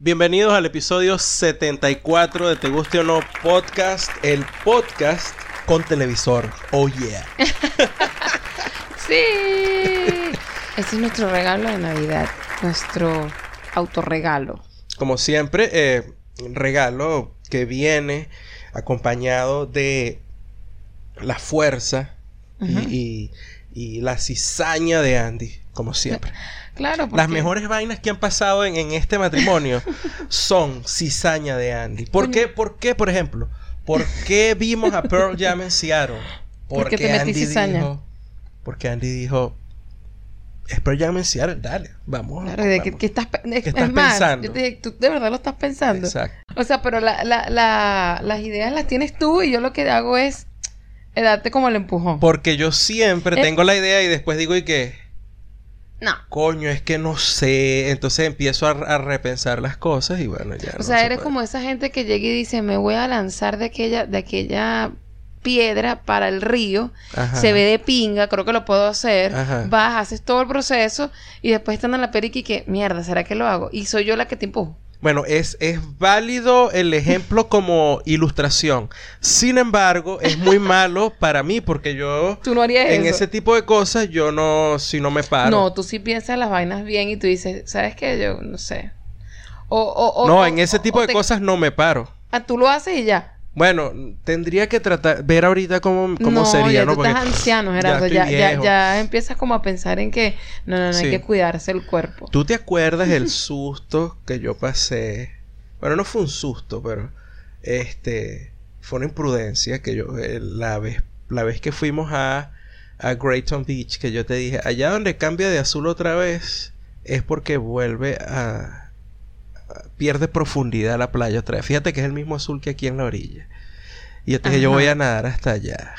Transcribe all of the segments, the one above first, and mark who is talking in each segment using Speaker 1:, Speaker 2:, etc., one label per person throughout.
Speaker 1: Bienvenidos al episodio 74 de Te Guste o No Podcast, el podcast con televisor. Oh yeah.
Speaker 2: sí. Este es nuestro regalo de Navidad, nuestro autorregalo.
Speaker 1: Como siempre, eh, un regalo que viene acompañado de la fuerza y-
Speaker 2: Ajá.
Speaker 1: y, y la cizaña de Andy, como siempre.
Speaker 2: Claro, porque...
Speaker 1: Las mejores vainas que han pasado en, en este matrimonio son cizaña de Andy. ¿Por qué? ¿Por qué, por ejemplo? ¿Por qué vimos a Pearl Jam en Seattle?
Speaker 2: ¿Por qué te metí cizaña?
Speaker 1: dijo... Porque Andy dijo... Es Pearl Jam en Seattle, dale, vamos.
Speaker 2: Claro, ¿de qué,
Speaker 1: vamos".
Speaker 2: qué estás, pe- es-
Speaker 1: ¿Qué estás
Speaker 2: es más,
Speaker 1: pensando?
Speaker 2: yo te dije, tú de verdad lo estás pensando.
Speaker 1: Exacto.
Speaker 2: O sea, pero la, la, la- las ideas las tienes tú y yo lo que hago es eh, darte como el empujón.
Speaker 1: Porque yo siempre
Speaker 2: Eh.
Speaker 1: tengo la idea y después digo, ¿y qué?
Speaker 2: No.
Speaker 1: Coño, es que no sé. Entonces empiezo a, a repensar las cosas y bueno, ya.
Speaker 2: O sea, eres como esa gente que llega y dice, me voy a lanzar de aquella, de aquella piedra para el río, se ve de pinga, creo que lo puedo hacer,
Speaker 1: Ajá.
Speaker 2: vas, haces todo el proceso y después están en la perica y que, mierda, ¿será que lo hago? Y soy yo la que te empujo.
Speaker 1: Bueno, es, es válido el ejemplo como ilustración. Sin embargo, es muy malo para mí porque yo
Speaker 2: Tú no harías
Speaker 1: en
Speaker 2: eso.
Speaker 1: ese tipo de cosas yo no, si no me paro.
Speaker 2: No, tú sí piensas las vainas bien y tú dices, ¿sabes qué? Yo no sé. O, o- o-
Speaker 1: No,
Speaker 2: o-
Speaker 1: en ese
Speaker 2: o-
Speaker 1: tipo
Speaker 2: o
Speaker 1: de
Speaker 2: te-
Speaker 1: cosas no me paro.
Speaker 2: Ah, tú lo haces y ya.
Speaker 1: Bueno, tendría que tratar, ver ahorita cómo, cómo
Speaker 2: no,
Speaker 1: sería,
Speaker 2: ya
Speaker 1: ¿no?
Speaker 2: tú estás anciano, Gerardo.
Speaker 1: estoy
Speaker 2: Ya, ya,
Speaker 1: viejo.
Speaker 2: ya empiezas como a pensar en que no, no, no,
Speaker 1: Sí.
Speaker 2: hay que cuidarse el cuerpo.
Speaker 1: ¿Tú te acuerdas el susto que yo pasé? Bueno, no fue un susto, pero este fue una imprudencia que yo eh, la vez la vez que fuimos a a Grayton Beach que yo te dije, allá donde cambia de azul otra vez es porque vuelve a, a- pierde profundidad la playa otra vez. Fíjate que es el mismo azul que aquí en la orilla. Y yo te dije, yo
Speaker 2: Ajá.
Speaker 1: voy a nadar hasta allá.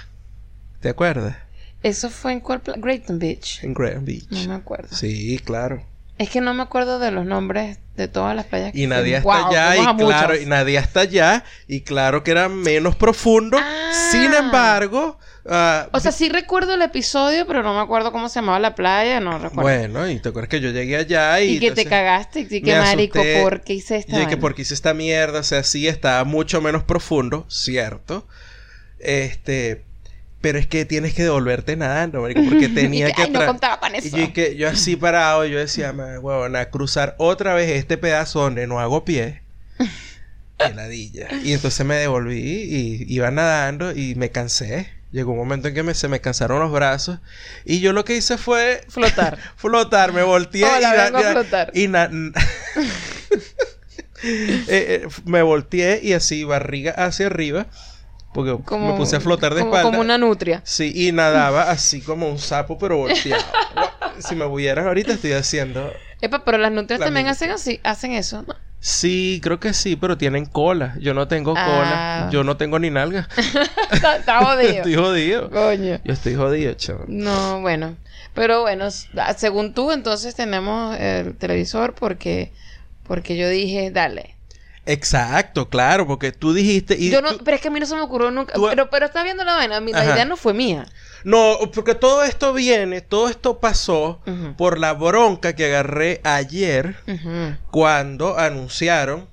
Speaker 1: ¿Te acuerdas?
Speaker 2: Eso fue en cuál pla- Grayton Beach.
Speaker 1: En Grayton Beach.
Speaker 2: No me acuerdo.
Speaker 1: Sí, claro.
Speaker 2: Es que no me acuerdo de los nombres de todas las playas que
Speaker 1: Y nadie está
Speaker 2: fuimos. Wow,
Speaker 1: allá,
Speaker 2: fuimos a
Speaker 1: y claro,
Speaker 2: muchas.
Speaker 1: y nadie está allá, y claro que era menos profundo.
Speaker 2: Ah.
Speaker 1: Sin embargo, ah,
Speaker 2: O sea, sí recuerdo el episodio, pero no me acuerdo cómo se llamaba la playa, no recuerdo.
Speaker 1: bueno, y te acuerdas que yo llegué allá y.
Speaker 2: y que te
Speaker 1: entonces
Speaker 2: cagaste, y
Speaker 1: me
Speaker 2: que marico,
Speaker 1: asusté,
Speaker 2: ¿por qué hice esta
Speaker 1: Yo dije,
Speaker 2: vaina?
Speaker 1: porque hice esta mierda, o sea, sí, estaba mucho menos profundo, cierto. Este. Pero es que tienes que devolverte nadando, marico, porque tenía
Speaker 2: Y que,
Speaker 1: que.
Speaker 2: "Ay, no
Speaker 1: tra-
Speaker 2: contaba con eso".
Speaker 1: Y yo, que, yo así parado, yo decía, "Ma, huevona, cruzar otra vez este pedazo donde no hago pie. Heladilla. Y entonces me devolví y iba nadando y me cansé. Llegó un momento en que me- se me cansaron los brazos. Y yo lo que hice fue
Speaker 2: Flotar.
Speaker 1: flotar, me volteé
Speaker 2: Hola,
Speaker 1: y, na-
Speaker 2: vengo a
Speaker 1: na-
Speaker 2: flotar.
Speaker 1: y na- n- Eh, eh, f- me volteé y así barriga hacia arriba porque me puse a flotar de
Speaker 2: como,
Speaker 1: espalda.
Speaker 2: Como una nutria.
Speaker 1: Sí, y nadaba así como un sapo pero volteado. Gua- si me hubieras ahorita estoy haciendo
Speaker 2: Epa, pero las nutrias
Speaker 1: La
Speaker 2: también
Speaker 1: misma.
Speaker 2: hacen así, hacen eso. ¿no?
Speaker 1: Sí, creo que sí, pero tienen cola. Yo no tengo cola.
Speaker 2: Ah.
Speaker 1: Yo no tengo ni nalga.
Speaker 2: está, está
Speaker 1: estoy jodido.
Speaker 2: jodido. Coño.
Speaker 1: Yo estoy jodido, chaval.
Speaker 2: No, bueno. Pero bueno, s- ah, según tú, entonces tenemos el televisor porque porque yo dije, dale.
Speaker 1: Exacto, claro, porque tú dijiste y
Speaker 2: Yo no,
Speaker 1: tú-
Speaker 2: pero es que a mí no se me ocurrió nunca.
Speaker 1: tú-
Speaker 2: pero pero estás viendo la vaina, a mí la
Speaker 1: Ajá.
Speaker 2: idea no fue mía.
Speaker 1: No, porque todo esto viene, todo esto pasó
Speaker 2: Ujú.
Speaker 1: por la bronca que agarré ayer
Speaker 2: Ujú.
Speaker 1: cuando anunciaron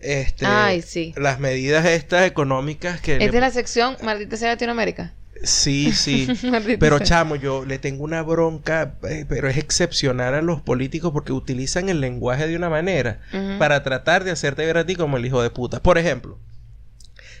Speaker 1: este
Speaker 2: Ay, sí.
Speaker 1: las medidas estas económicas que
Speaker 2: Esta
Speaker 1: le-
Speaker 2: es la sección Maldita sea Latinoamérica.
Speaker 1: Sí, sí.
Speaker 2: Maldita
Speaker 1: Pero
Speaker 2: sea.
Speaker 1: chamo, yo le tengo una bronca, eh, pero es excepcional a los políticos porque utilizan el lenguaje de una manera
Speaker 2: Ujú.
Speaker 1: para tratar de hacerte ver a ti como el hijo de puta. Por ejemplo,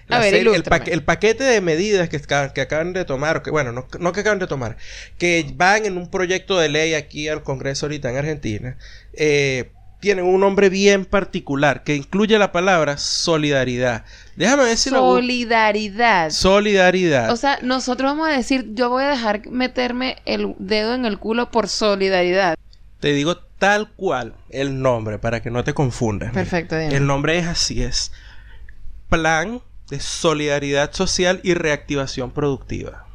Speaker 2: A
Speaker 1: la
Speaker 2: ver,
Speaker 1: serie- el,
Speaker 2: ilústrame.
Speaker 1: paque- el paquete de medidas que, ca- que acaban de tomar, que, bueno, no, no que acaban de tomar, que van en un proyecto de ley aquí al Congreso ahorita en Argentina, eh, tienen un nombre bien particular que incluye la palabra solidaridad. Déjame decirlo.
Speaker 2: Solidaridad.
Speaker 1: Solidaridad.
Speaker 2: O sea, nosotros vamos a decir, yo voy a dejar meterme el dedo en el culo por solidaridad.
Speaker 1: Te digo tal cual el nombre para que no te confundas. mira.
Speaker 2: Perfecto, dime.
Speaker 1: El nombre es así, es Plan de Solidaridad Social y Reactivación Productiva.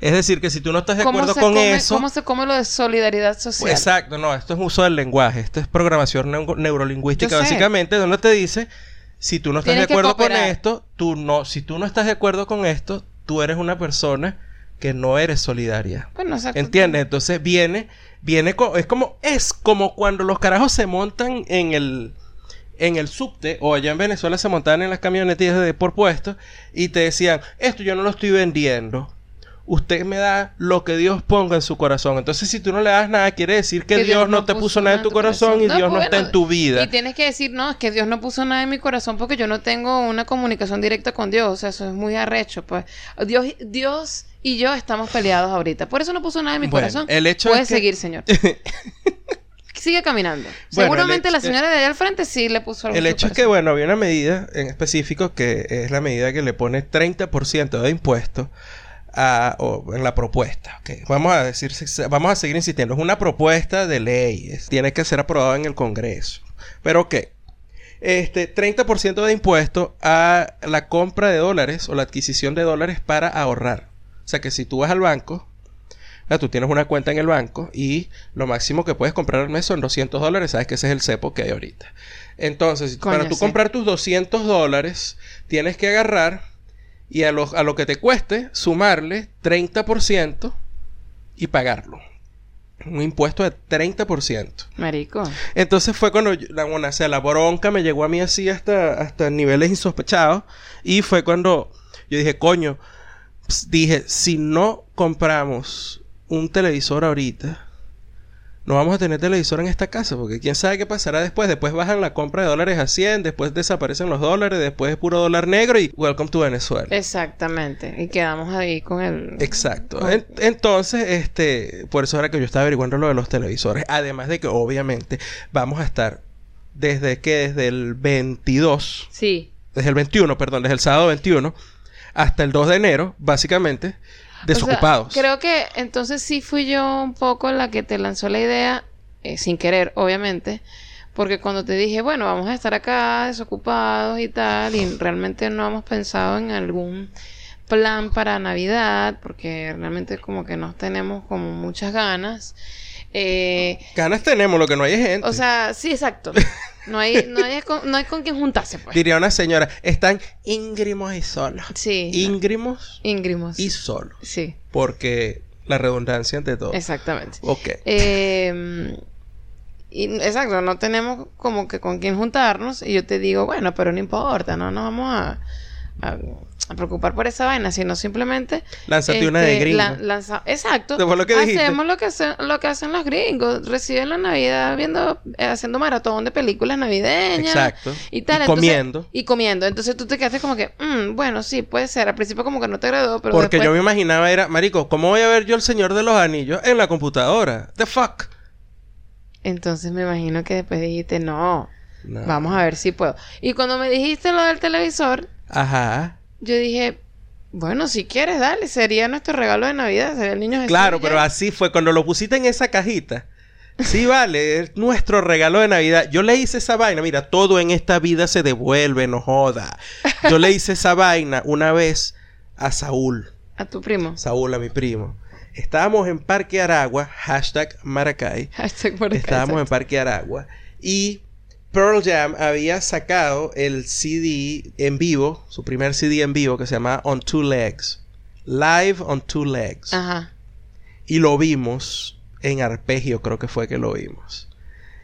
Speaker 1: Es decir, que si tú no estás de acuerdo
Speaker 2: se
Speaker 1: con
Speaker 2: come,
Speaker 1: eso...
Speaker 2: ¿Cómo se come lo de solidaridad social?
Speaker 1: Exacto, no, esto es uso del lenguaje, esto es programación neu- neurolingüística
Speaker 2: Yo sé.
Speaker 1: básicamente, donde te dice, si tú no estás
Speaker 2: Tienes
Speaker 1: de
Speaker 2: que
Speaker 1: acuerdo con
Speaker 2: cooperar.
Speaker 1: esto, tú no, si tú no estás de acuerdo con esto, tú eres una persona que no eres solidaria.
Speaker 2: Bueno, exacto.
Speaker 1: ¿Entiendes? Entonces viene, viene co- es como, es como cuando los carajos se montan en el, en el subte o allá en Venezuela se montaban en las camionetillas de por puesto y te decían, esto yo no lo estoy vendiendo. Usted me da lo que Dios ponga en su corazón. Entonces, si tú no le das nada, quiere decir que, que Dios, Dios, no, te puso nada en tu corazón, corazón. y no, Dios pues, no está bueno, en tu vida.
Speaker 2: Y tienes que decir, no, es que Dios no puso nada en mi corazón porque yo no tengo una comunicación directa con Dios. O sea, eso es muy arrecho. Pues Dios, Dios y yo estamos peleados ahorita. Por eso no puso nada en mi bueno, corazón.
Speaker 1: El hecho
Speaker 2: Puedes
Speaker 1: es que...
Speaker 2: seguir, señor. sigue caminando.
Speaker 1: Bueno,
Speaker 2: Seguramente
Speaker 1: el,
Speaker 2: la señora de allá al frente sí le puso algo.
Speaker 1: El hecho es que, bueno, había una medida en específico que es la medida que le pone 30% de impuesto a, o, en la propuesta. Okay. Vamos a decir, vamos a seguir insistiendo. Es una propuesta de ley. Es, tiene que ser aprobada en el Congreso. Pero ok. Este 30% de impuesto a la compra de dólares o la adquisición de dólares para ahorrar. O sea que si tú vas al banco tú tienes una cuenta en el banco y lo máximo que puedes comprar al mes son 200 dólares. Sabes que ese es el cepo que hay ahorita. Entonces, Coño para tú sé. comprar tus 200 dólares, tienes que agarrar y a lo, a lo que te cueste, sumarle 30% y pagarlo. Un impuesto de 30%.
Speaker 2: Marico.
Speaker 1: Entonces fue cuando yo, la, bueno, o sea, la bronca me llegó a mí así hasta, hasta niveles insospechados. Y fue cuando yo dije, coño, dije, si no compramos un televisor ahorita, no vamos a tener televisor en esta casa, porque quién sabe qué pasará después. Después bajan la compra de dólares a 100, después desaparecen los dólares, después es puro dólar negro y welcome to Venezuela.
Speaker 2: Exactamente, y quedamos ahí con el...
Speaker 1: Exacto. Con... En, entonces, este, por eso era que yo estaba averiguando lo de los televisores, además de que obviamente vamos a estar desde que, desde el 22.
Speaker 2: Sí.
Speaker 1: Desde el 21, perdón, desde el sábado 21 hasta el 2 de enero, básicamente desocupados.
Speaker 2: O sea, creo que entonces sí fui yo un poco la que te lanzó la idea, eh, sin querer, obviamente, porque cuando te dije, bueno, vamos a estar acá desocupados y tal, y realmente no hemos pensado en algún plan para Navidad, porque realmente como que nos tenemos como muchas ganas. Eh,
Speaker 1: ganas tenemos, lo que no hay es gente.
Speaker 2: O sea, sí, exacto. No hay, no hay, con, no hay con quien juntarse, pues.
Speaker 1: Diría una señora, están íngrimos y solos.
Speaker 2: Sí.
Speaker 1: Íngrimos.
Speaker 2: Íngrimos.
Speaker 1: Y solos.
Speaker 2: Sí.
Speaker 1: Porque la redundancia ante todo.
Speaker 2: Exactamente.
Speaker 1: Ok.
Speaker 2: Eh, y, exacto, no tenemos como que con quién juntarnos. Y yo te digo, bueno, pero no importa, no nos vamos a, a, a preocupar por esa vaina, sino simplemente.
Speaker 1: Lánzate este, una de gringo. La,
Speaker 2: lanza, exacto.
Speaker 1: Lo que
Speaker 2: hacemos lo que, hace, lo que hacen los gringos. Reciben la Navidad viendo, eh, haciendo maratón de películas navideñas.
Speaker 1: Exacto.
Speaker 2: Y tal.
Speaker 1: Y
Speaker 2: Entonces,
Speaker 1: comiendo.
Speaker 2: Y comiendo. Entonces tú te quedaste como que, mm, bueno, sí, puede ser. Al principio como que no te agradó, pero.
Speaker 1: Porque
Speaker 2: después...
Speaker 1: yo me imaginaba, era, Marico, ¿cómo voy a ver yo el Señor de los Anillos en la computadora? The fuck.
Speaker 2: Entonces me imagino que después dijiste, no. No. Vamos a ver si puedo. Y cuando me dijiste lo del televisor,
Speaker 1: Ajá.
Speaker 2: Yo dije, bueno, si quieres, dale, sería nuestro regalo de Navidad, sería el niño Jesús.
Speaker 1: Claro, pero así fue, cuando lo pusiste en esa cajita. Sí, vale, es nuestro regalo de Navidad. Yo le hice esa vaina, mira, todo en esta vida se devuelve, no joda. Yo le hice esa vaina una vez a Saúl.
Speaker 2: A tu primo.
Speaker 1: Saúl, a mi primo. Estábamos en Parque Aragua, hashtag Maracay.
Speaker 2: Hashtag Maracay.
Speaker 1: Estábamos exacto. en Parque Aragua. Y Pearl Jam había sacado el CD en vivo, su primer CD en vivo que se llama On Two Legs. Live on Two Legs.
Speaker 2: Ajá.
Speaker 1: Y lo vimos en arpegio, creo que fue que lo vimos.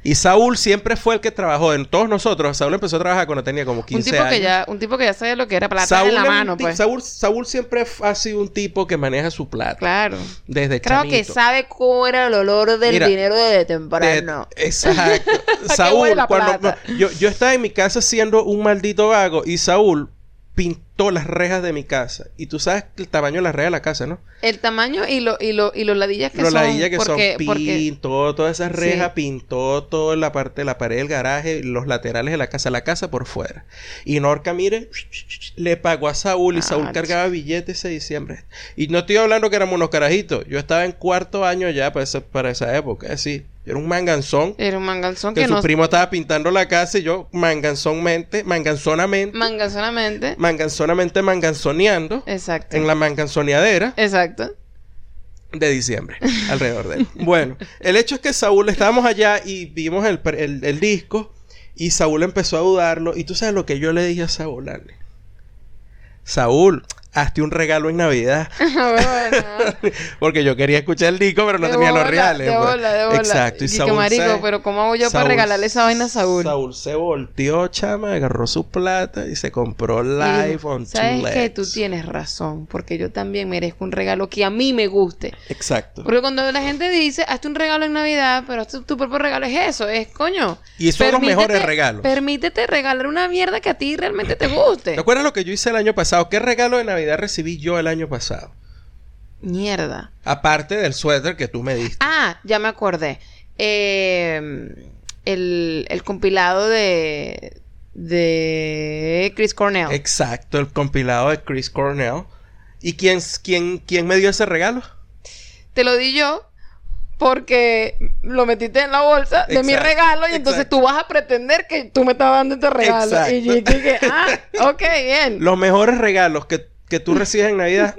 Speaker 1: Y Saúl siempre fue el que trabajó en todos nosotros. Saúl empezó a trabajar cuando tenía como 15
Speaker 2: un tipo
Speaker 1: años.
Speaker 2: Que ya, un tipo que ya sabía lo que era plata Saúl en la mano, pues.
Speaker 1: Saúl, Saúl, siempre ha sido un tipo que maneja su plata.
Speaker 2: Claro.
Speaker 1: Desde
Speaker 2: Creo
Speaker 1: chamito.
Speaker 2: que sabe cómo era el olor del
Speaker 1: Mira,
Speaker 2: dinero de temprano.
Speaker 1: De, exacto. Saúl, cuando yo, yo estaba en mi casa siendo un maldito vago y Saúl pintó las rejas de mi casa. Y tú sabes el tamaño de las rejas de la casa, ¿no?
Speaker 2: El tamaño y, lo, y, lo, y los ladillas que
Speaker 1: Los
Speaker 2: son.
Speaker 1: ladillas que
Speaker 2: porque,
Speaker 1: son.
Speaker 2: porque-
Speaker 1: Pintó todas esas rejas, pintó toda la parte de la pared del garaje, los laterales de la casa, la casa por fuera. Y Norca, mire, le pagó a Saúl y
Speaker 2: Ah,
Speaker 1: Saúl
Speaker 2: ch-
Speaker 1: cargaba billetes ese diciembre. Y no estoy hablando que éramos unos carajitos. Yo estaba en cuarto año ya para esa, para esa época, así. Yo era un manganzón.
Speaker 2: Era un manganzón
Speaker 1: Que
Speaker 2: que
Speaker 1: su
Speaker 2: no...
Speaker 1: primo estaba pintando la casa y yo manganzonmente, manganzonamente,
Speaker 2: Manganzonamente.
Speaker 1: manganzonamente manganzoneando
Speaker 2: Exacto.
Speaker 1: en la manganzoneadera
Speaker 2: Exacto.
Speaker 1: de diciembre, alrededor de él. Bueno, el hecho es que Saúl, estábamos allá y vimos el, pre- el- el disco y Saúl empezó a dudarlo. Y tú sabes lo que yo le dije a Saúl, Ale. Saúl, hazte un regalo en Navidad.
Speaker 2: bueno.
Speaker 1: Porque yo quería escuchar el disco, pero no
Speaker 2: De
Speaker 1: tenía los
Speaker 2: bola,
Speaker 1: reales.
Speaker 2: De
Speaker 1: pues.
Speaker 2: bola, de bola.
Speaker 1: Exacto. Y,
Speaker 2: Y que,
Speaker 1: Saúl
Speaker 2: marico,
Speaker 1: se-
Speaker 2: pero ¿cómo hago yo para
Speaker 1: Saúl-
Speaker 2: regalarle esa vaina a Saúl?
Speaker 1: Saúl se volteó, chama, agarró su plata y se compró
Speaker 2: Y dijo,
Speaker 1: Live on
Speaker 2: Sabes
Speaker 1: Two
Speaker 2: que
Speaker 1: Legs.
Speaker 2: tú tienes razón, porque yo también merezco un regalo que a mí me guste.
Speaker 1: Exacto.
Speaker 2: Porque cuando la gente dice, hazte un regalo en Navidad, pero hazte tu propio regalo, es eso, es coño.
Speaker 1: Y son los mejores regalos.
Speaker 2: Permítete regalar una mierda que a ti realmente te guste.
Speaker 1: ¿Te acuerdas lo que yo hice el año pasado? ¿Qué regalo de Navidad recibí yo el año pasado?
Speaker 2: Mierda.
Speaker 1: Aparte del suéter que tú me diste.
Speaker 2: Ah, ya me acordé. Eh, el, el compilado de, de Chris Cornell.
Speaker 1: Exacto, el compilado de Chris Cornell. ¿Y quién, quién, quién me dio ese regalo?
Speaker 2: Te lo di yo porque lo metiste en la bolsa de mi
Speaker 1: Exacto,
Speaker 2: regalo y entonces
Speaker 1: exacto.
Speaker 2: tú vas a pretender que tú me estabas dando este regalo. Y yo
Speaker 1: Exacto.
Speaker 2: dije, ah, ok, bien.
Speaker 1: Los mejores regalos que, que tú recibes en Navidad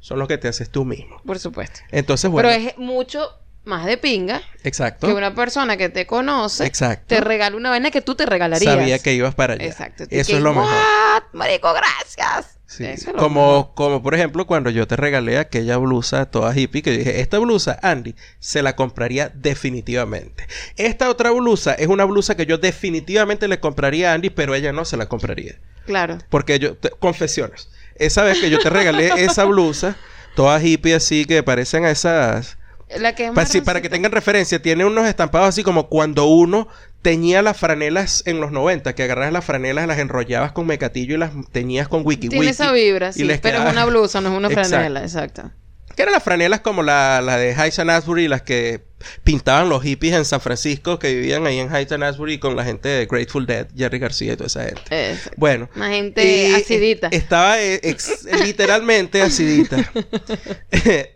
Speaker 1: son los que te haces tú mismo.
Speaker 2: Por supuesto.
Speaker 1: Entonces, bueno.
Speaker 2: Pero es mucho más de pinga
Speaker 1: Exacto.
Speaker 2: que una persona que te conoce
Speaker 1: Exacto.
Speaker 2: te regala una vaina que tú te regalarías.
Speaker 1: Sabía que ibas para allá.
Speaker 2: Exacto. Y
Speaker 1: Eso
Speaker 2: que,
Speaker 1: es lo mejor.
Speaker 2: "What? Marico, gracias.
Speaker 1: Sí.
Speaker 2: Eso es lo mejor.
Speaker 1: como, como por ejemplo cuando yo te regalé aquella blusa toda hippie que yo dije, esta blusa, Andy, se la compraría definitivamente. Esta otra blusa es una blusa que yo definitivamente le compraría a Andy, pero ella no se la compraría.
Speaker 2: Claro.
Speaker 1: Porque yo, te- confesiones, esa vez que yo te regalé esa blusa, toda hippie así que parecen a esas...
Speaker 2: La que es
Speaker 1: Pa- sí, para que
Speaker 2: marroncita.
Speaker 1: tengan referencia, tiene unos estampados así como cuando uno teñía las franelas en los 90, que agarrabas las franelas, las enrollabas con mecatillo y las teñías con wiki
Speaker 2: Tiene
Speaker 1: wiki,
Speaker 2: esa vibra,
Speaker 1: y
Speaker 2: sí.
Speaker 1: les
Speaker 2: Pero es
Speaker 1: quedaba-
Speaker 2: una blusa, no es una
Speaker 1: Exacto.
Speaker 2: franela. Exacto.
Speaker 1: Que eran las franelas como la, la de Haisan Asbury, las que pintaban los hippies en San Francisco que vivían ahí en Haisan Asbury con la gente de Grateful Dead, Jerry García y toda esa gente.
Speaker 2: Eso.
Speaker 1: Bueno.
Speaker 2: Una gente
Speaker 1: y,
Speaker 2: Este, acidita.
Speaker 1: eh, Estaba eh, ex- literalmente acidita.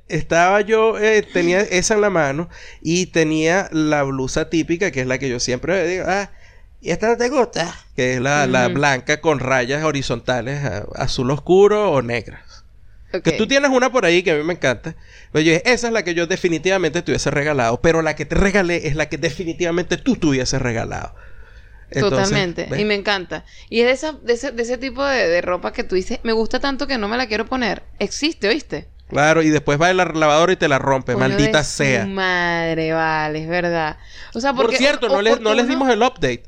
Speaker 1: estaba yo, eh, tenía esa en la mano y tenía la blusa típica, que es la que yo siempre digo, ah, ¿y esta no te gusta? Que es la, la
Speaker 2: Ujú.
Speaker 1: blanca con rayas horizontales, a- azul oscuro o negra.
Speaker 2: Ok.
Speaker 1: Que tú tienes una por ahí que a mí me encanta. Pero yo dije, esa es la que yo definitivamente te hubiese regalado. Pero la que te regalé es la que definitivamente tú te hubieses regalado. Entonces,
Speaker 2: Totalmente.
Speaker 1: ¿ves?
Speaker 2: Y me encanta. Y es de, esa, de, ese, de ese tipo de, de ropa que tú dices, me gusta tanto que no me la quiero poner. Existe, ¿oíste?
Speaker 1: Claro, y después va el lavadora y te la rompe,
Speaker 2: Coño
Speaker 1: Pues maldita
Speaker 2: de su
Speaker 1: sea.
Speaker 2: Madre, vale, es verdad. O sea,
Speaker 1: Por
Speaker 2: porque,
Speaker 1: cierto,
Speaker 2: o-
Speaker 1: no,
Speaker 2: o
Speaker 1: les,
Speaker 2: porque
Speaker 1: no les
Speaker 2: uno-
Speaker 1: dimos el update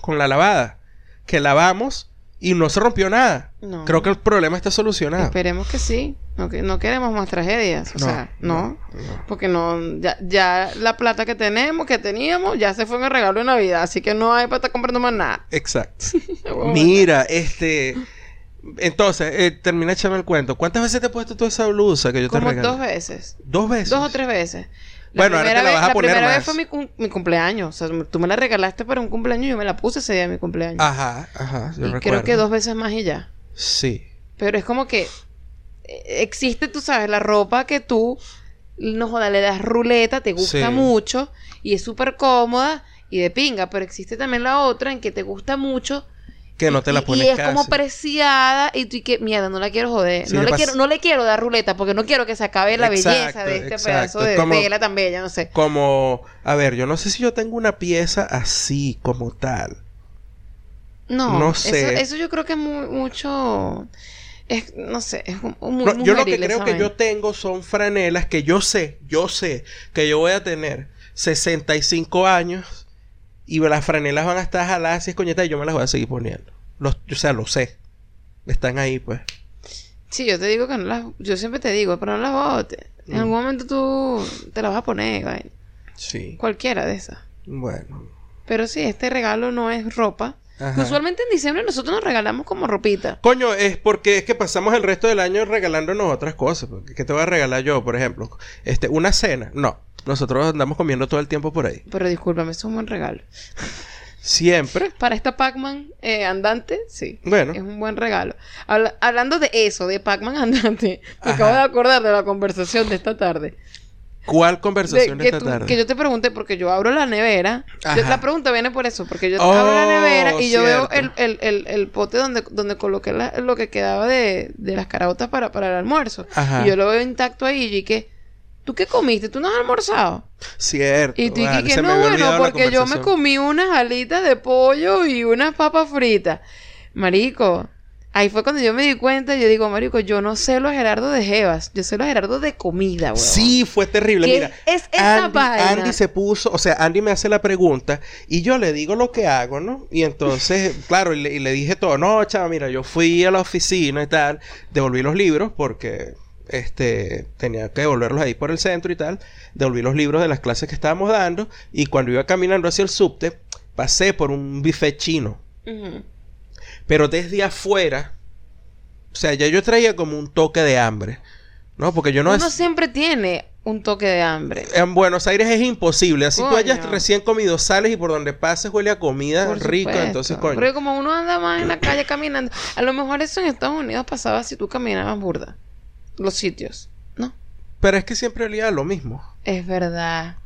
Speaker 1: con la lavada. Que lavamos y no se rompió nada.
Speaker 2: No.
Speaker 1: Creo que el problema está solucionado.
Speaker 2: Esperemos que sí. No, que- no queremos más tragedias. O
Speaker 1: No,
Speaker 2: sea,
Speaker 1: no,
Speaker 2: no.
Speaker 1: no.
Speaker 2: Porque no, ya, ya la plata que tenemos, que teníamos, ya se fue en el regalo de Navidad. Así que no hay para estar comprando más nada.
Speaker 1: Exacto. Mira, este. Entonces, eh, termina echando el cuento. ¿Cuántas veces te he puesto toda esa blusa que yo te
Speaker 2: Como
Speaker 1: regalé?
Speaker 2: dos veces.
Speaker 1: ¿Dos veces?
Speaker 2: Dos o tres veces.
Speaker 1: Bueno, ahora te
Speaker 2: primera
Speaker 1: la vas a
Speaker 2: vez-
Speaker 1: poner
Speaker 2: primera
Speaker 1: más.
Speaker 2: vez fue mi, cum- mi cumpleaños. O sea, tú me la regalaste para un cumpleaños y yo me la puse ese día de mi cumpleaños.
Speaker 1: Ajá, ajá.
Speaker 2: y
Speaker 1: Yo Ah, recuerdo.
Speaker 2: creo que dos veces más y ya.
Speaker 1: Sí.
Speaker 2: Pero es como que eh, existe, tú sabes, la ropa que tú, no joda, le das ruleta, te gusta
Speaker 1: Sí.
Speaker 2: mucho y es súper cómoda y de pinga. Pero existe también la otra en que te gusta mucho.
Speaker 1: Que no te la
Speaker 2: y-
Speaker 1: pones
Speaker 2: y, es
Speaker 1: casi.
Speaker 2: como preciada y tú y que mierda no la quiero joder
Speaker 1: Sí,
Speaker 2: no
Speaker 1: le
Speaker 2: le
Speaker 1: pasa-
Speaker 2: quiero no le quiero dar ruleta porque no quiero que se acabe la belleza
Speaker 1: Exacto,
Speaker 2: de este
Speaker 1: exacto.
Speaker 2: pedazo de
Speaker 1: Como-
Speaker 2: tela tan bella no sé
Speaker 1: Como, a ver, yo no sé si yo tengo una pieza así como tal.
Speaker 2: No,
Speaker 1: No
Speaker 2: eso-
Speaker 1: sé.
Speaker 2: Eso, yo creo que es mu- mucho. Es, no sé, es un- un- muy,
Speaker 1: No, yo lo que
Speaker 2: mujeril
Speaker 1: creo
Speaker 2: esa
Speaker 1: que yo
Speaker 2: vaina.
Speaker 1: tengo son franelas que yo sé, yo sé que yo voy a tener 65 años y las franelas van a estar jaladas y escoñetas y yo me las voy a seguir poniendo. Los, o sea, lo sé. Están ahí, pues.
Speaker 2: Sí, yo te digo que no las. Yo siempre te digo, pero no las botes. En
Speaker 1: Mm.
Speaker 2: algún momento tú te las vas a poner, vaina.
Speaker 1: Sí.
Speaker 2: Cualquiera de esas.
Speaker 1: Bueno.
Speaker 2: Pero sí, este regalo no es ropa.
Speaker 1: Ajá.
Speaker 2: Que Usualmente en diciembre nosotros nos regalamos como ropita.
Speaker 1: Coño, es porque es que pasamos el resto del año regalándonos otras cosas. porque ¿Qué te voy a regalar yo, por ejemplo? Este, una cena. No. Nosotros andamos comiendo todo el tiempo por ahí.
Speaker 2: Pero discúlpame, eso es un buen regalo.
Speaker 1: Siempre.
Speaker 2: Para esta Pac-Man eh, andante, sí.
Speaker 1: Bueno.
Speaker 2: Es un buen regalo. Habla- hablando de eso, de Pac-Man andante, me acabo de
Speaker 1: Ajá.
Speaker 2: acordar de la conversación de esta tarde.
Speaker 1: ¿Cuál
Speaker 2: de-
Speaker 1: conversación de,
Speaker 2: que,
Speaker 1: esta
Speaker 2: tú-
Speaker 1: tarde?
Speaker 2: que yo te pregunté porque yo abro la nevera. Yo-
Speaker 1: Ajá.
Speaker 2: la pregunta viene por eso, porque yo
Speaker 1: Oh,
Speaker 2: abro la nevera y yo veo el,
Speaker 1: cierto.
Speaker 2: el, el, el pote donde, donde coloqué la- lo que quedaba de, de las caraotas para, para el almuerzo.
Speaker 1: Ajá.
Speaker 2: Y yo lo veo intacto ahí y que, ¿tú qué comiste? ¿Tú no has almorzado?
Speaker 1: Cierto.
Speaker 2: Y tú y
Speaker 1: vale,
Speaker 2: que
Speaker 1: se me
Speaker 2: no,
Speaker 1: había
Speaker 2: bueno,
Speaker 1: olvidado la
Speaker 2: porque yo me
Speaker 1: conversación.
Speaker 2: comí unas alitas de pollo y unas papas fritas. Marico, Ahí fue cuando yo me di cuenta y yo digo, marico, yo no sé los Gerardo de Jebas, yo sé los Gerardo de comida, weón.
Speaker 1: Sí, fue terrible.
Speaker 2: ¿Qué
Speaker 1: Mira,
Speaker 2: es esa
Speaker 1: Andy,
Speaker 2: vaina?
Speaker 1: Andy se puso, o sea, Andy me hace la pregunta y yo le digo lo que hago, ¿no? Y entonces, claro, y le, y le dije todo, no, chava, mira, yo fui a la oficina y tal, devolví los libros porque este tenía que devolverlos ahí por el centro y tal, devolví los libros de las clases que estábamos dando y cuando iba caminando hacia el subte, pasé por un buffet chino.
Speaker 2: Ujú.
Speaker 1: Pero desde afuera, o sea, ya yo traía como un toque de hambre, ¿no? Porque yo no...
Speaker 2: Uno
Speaker 1: es-
Speaker 2: siempre tiene un toque de hambre.
Speaker 1: En Buenos Aires es imposible. Así tú
Speaker 2: Coño.
Speaker 1: hayas recién comido, sales y por donde pases huele a comida
Speaker 2: Por
Speaker 1: rica.
Speaker 2: supuesto.
Speaker 1: Entonces, coño.
Speaker 2: Porque como uno anda más en la calle caminando, a lo mejor eso en Estados Unidos pasaba si tú caminabas burda. Los sitios, ¿no?
Speaker 1: Pero es que siempre olía a lo mismo.
Speaker 2: Es verdad.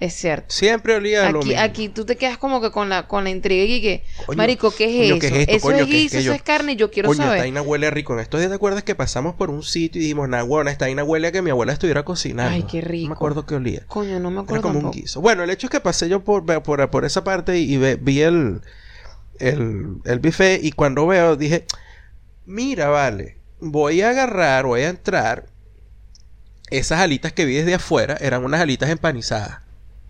Speaker 2: Es cierto.
Speaker 1: Siempre olía a lo
Speaker 2: Aquí,
Speaker 1: mismo.
Speaker 2: aquí tú te quedas como que con la con la intriga y que,
Speaker 1: Coño,
Speaker 2: marico, ¿qué es
Speaker 1: coño,
Speaker 2: eso?
Speaker 1: ¿qué es esto?
Speaker 2: eso
Speaker 1: Coño,
Speaker 2: es
Speaker 1: ¿qué es
Speaker 2: guiso,
Speaker 1: que
Speaker 2: eso
Speaker 1: yo-
Speaker 2: es carne, yo quiero
Speaker 1: Coño, esta
Speaker 2: saber.
Speaker 1: vaina huele rico. En estos días te acuerdas que pasamos por un sitio y dijimos, nah, bueno, esta vaina huele a que mi abuela estuviera cocinando.
Speaker 2: Ay, qué
Speaker 1: No
Speaker 2: rico.
Speaker 1: me acuerdo qué olía.
Speaker 2: Coño, no me
Speaker 1: Era
Speaker 2: acuerdo
Speaker 1: como un
Speaker 2: tampoco.
Speaker 1: guiso. Bueno, el hecho es que pasé yo por, por, por esa parte y ve- vi el, el, el buffet y cuando veo dije, mira, vale, voy a agarrar, voy a entrar. Esas alitas que vi desde afuera eran unas alitas empanizadas.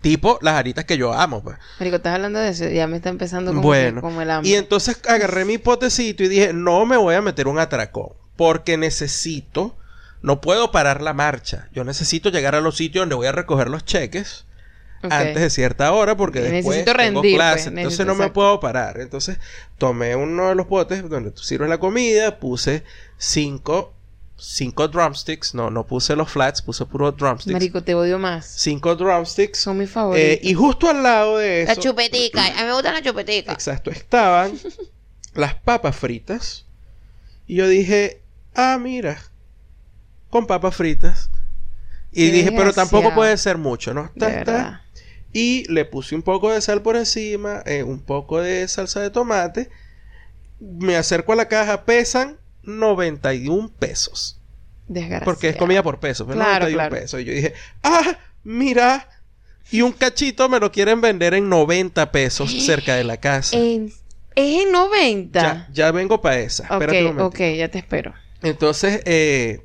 Speaker 1: Tipo las alitas que yo amo, pues.
Speaker 2: Marico, estás hablando de eso, ya me está empezando como, que-
Speaker 1: Bueno,
Speaker 2: como el hambre.
Speaker 1: y entonces agarré mi potecito y dije, no me voy a meter un atracón, porque necesito, no puedo parar la marcha. Yo necesito llegar a los sitios donde voy a recoger los cheques
Speaker 2: Ok.
Speaker 1: antes de cierta hora porque después
Speaker 2: Necesito
Speaker 1: tengo
Speaker 2: rendir,
Speaker 1: clase,
Speaker 2: pues,
Speaker 1: entonces
Speaker 2: necesito-
Speaker 1: no me
Speaker 2: exacto.
Speaker 1: puedo parar. Entonces tomé uno de los potes donde tú sirves la comida, puse cinco, cinco drumsticks, no, no puse los flats, puse puros drumsticks,
Speaker 2: Marico, te odio más.
Speaker 1: cinco drumsticks
Speaker 2: Son mis
Speaker 1: eh,
Speaker 2: favoritos.
Speaker 1: y justo al lado de
Speaker 3: La
Speaker 1: eso,
Speaker 3: chupetica. A mí me gustan las chupeticas.
Speaker 1: exacto, estaban las papas fritas y yo dije, ah mira, con papas fritas y
Speaker 2: Qué
Speaker 1: dije, pero tampoco
Speaker 2: desgraciado.
Speaker 1: puede ser mucho, ¿no?
Speaker 2: de
Speaker 1: Está, está,
Speaker 2: verdad.
Speaker 1: y le puse un poco de sal por encima, eh, un poco de salsa de tomate. Me acerco a la caja, pesan 91 pesos.
Speaker 2: Desgraciado.
Speaker 1: Porque es comida por peso, pues,
Speaker 2: Claro,
Speaker 1: 91
Speaker 2: claro.
Speaker 1: pesos. Y yo dije, ah, mira. Y un cachito me lo quieren vender en 90 pesos cerca de la casa.
Speaker 2: En- es en 90.
Speaker 1: Ya, ya vengo para esa. Espérate un
Speaker 2: ok,
Speaker 1: momento.
Speaker 2: ok, ya te espero.
Speaker 1: Entonces, eh,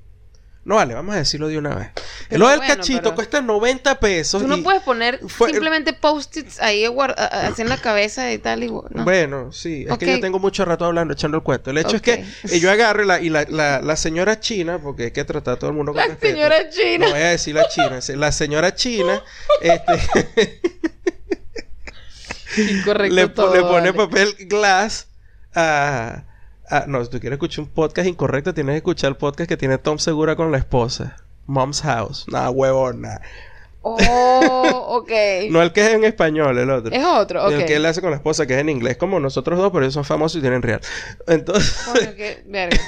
Speaker 1: no vale, vamos a decirlo de una vez. Lo del
Speaker 2: bueno,
Speaker 1: cachito
Speaker 2: pero-
Speaker 1: cuesta 90 pesos.
Speaker 2: Tú no
Speaker 1: y-
Speaker 2: puedes poner
Speaker 1: fue-
Speaker 2: simplemente post-its ahí guar- a- a- así en la cabeza y tal y gu- no.
Speaker 1: Bueno, sí, es que
Speaker 2: Ok.
Speaker 1: yo tengo mucho rato hablando, echando el cuento. El hecho
Speaker 2: Ok.
Speaker 1: es que eh, yo agarro y, la, y la, la- la señora china, porque hay que tratar a todo el mundo con
Speaker 2: La
Speaker 1: respeto.
Speaker 2: señora china.
Speaker 1: No voy a decir la china, es la señora china este,
Speaker 2: Incorrecto
Speaker 1: le, po-
Speaker 2: todo,
Speaker 1: le pone
Speaker 2: vale.
Speaker 1: papel glass a, a- No, si tú quieres escuchar un podcast incorrecto, tienes que escuchar el podcast que tiene Tom Segura con la esposa. Mom's House. Nah, huevona.
Speaker 2: Oh, ok.
Speaker 1: No el que es en español, el otro.
Speaker 2: Es otro, ok.
Speaker 1: El que él hace con la esposa, que es en inglés, como nosotros dos, pero ellos son famosos y tienen real. Entonces...
Speaker 2: Coño, qué, verga.